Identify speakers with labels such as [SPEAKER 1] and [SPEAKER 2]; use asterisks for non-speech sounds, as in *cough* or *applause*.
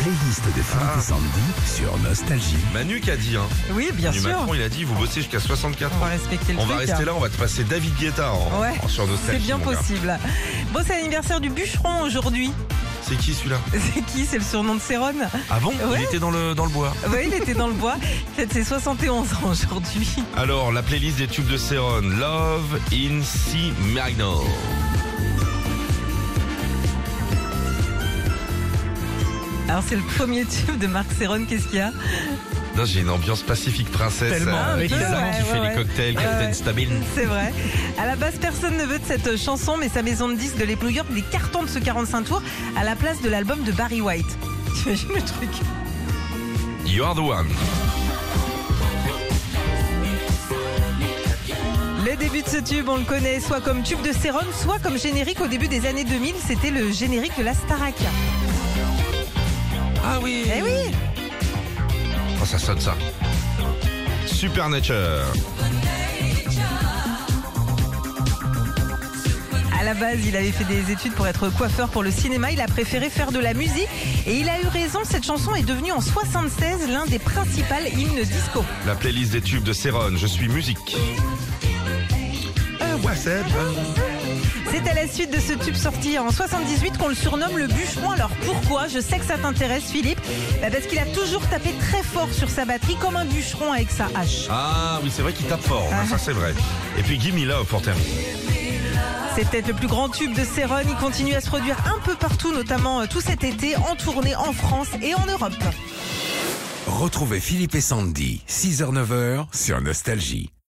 [SPEAKER 1] playlist de Philippe et Sandy sur Nostalgie.
[SPEAKER 2] Manu qui a dit, hein.
[SPEAKER 3] Oui, bien
[SPEAKER 2] Manu
[SPEAKER 3] sûr.
[SPEAKER 2] Macron, il a dit, vous bossez jusqu'à 64
[SPEAKER 3] On va
[SPEAKER 2] ans.
[SPEAKER 3] respecter le
[SPEAKER 2] On va
[SPEAKER 3] truc. hein.
[SPEAKER 2] rester là, on va te passer David Guetta en,
[SPEAKER 3] Ouais,
[SPEAKER 2] en- sur
[SPEAKER 3] C'est
[SPEAKER 2] Nostalgie.
[SPEAKER 3] bien
[SPEAKER 2] mon gars.
[SPEAKER 3] possible. Bon, c'est l'anniversaire du bûcheron aujourd'hui. *laughs*
[SPEAKER 2] C'est qui celui-là
[SPEAKER 3] C'est qui C'est le surnom de Céron
[SPEAKER 2] Ah bon
[SPEAKER 3] Ouais.
[SPEAKER 2] Il était dans le, dans le bois.
[SPEAKER 3] Oui, il était dans le bois. Faites ses 71 ans aujourd'hui.
[SPEAKER 2] Alors, la playlist des tubes de Céron, Love in C Magno.
[SPEAKER 3] Alors, c'est le premier tube de Marc Céron. Qu'est-ce qu'il y a
[SPEAKER 2] Non, J'ai une ambiance pacifique princesse.
[SPEAKER 4] Tellement, avec
[SPEAKER 2] Isaac
[SPEAKER 3] les-
[SPEAKER 2] qui
[SPEAKER 3] Ah, Ouais,
[SPEAKER 2] fait
[SPEAKER 3] ouais,
[SPEAKER 2] les
[SPEAKER 3] ouais.
[SPEAKER 2] cocktails,
[SPEAKER 3] Ouais,
[SPEAKER 2] Captain
[SPEAKER 3] ouais.
[SPEAKER 2] Stabile.
[SPEAKER 3] C'est vrai. À la base, personne ne veut de cette euh, chanson, mais sa maison de disques de l'éplouilleur des cartons de ce 45 tours à la place de l'album de Barry White. *laughs* T'imagines le truc
[SPEAKER 2] You are the one.
[SPEAKER 3] Le début de ce tube, on le connaît soit comme tube de sérum, soit comme générique au début des années 2000. C'était le générique de la Starac.
[SPEAKER 2] Ah oui.
[SPEAKER 3] Eh oui
[SPEAKER 2] Oh, ça sonne ça. Supernature.
[SPEAKER 3] À la base, il avait fait des études pour être coiffeur pour le cinéma. Il a préféré faire de la musique. Et il a eu raison, cette chanson est devenue en 76 l'un des principales hymnes disco.
[SPEAKER 2] La playlist des tubes de Céron, je suis musique. Eh, ouais, c'est bon.
[SPEAKER 3] C'est à la suite de ce tube sorti en 78 qu'on le surnomme le bûcheron. Alors pourquoi Je sais que ça t'intéresse Philippe. Bah, parce qu'il a toujours tapé très fort sur sa batterie comme un bûcheron avec sa hache.
[SPEAKER 2] Ah oui, c'est vrai qu'il tape fort, hein, ça c'est vrai. Et puis Gimme Love pour terminer.
[SPEAKER 3] C'est peut-être le plus grand tube de Céron. Il continue à se produire un peu partout, notamment euh, tout cet été, en tournée en France et en Europe.
[SPEAKER 1] Retrouvez Philippe et Sandy, 6h-9h sur Nostalgie.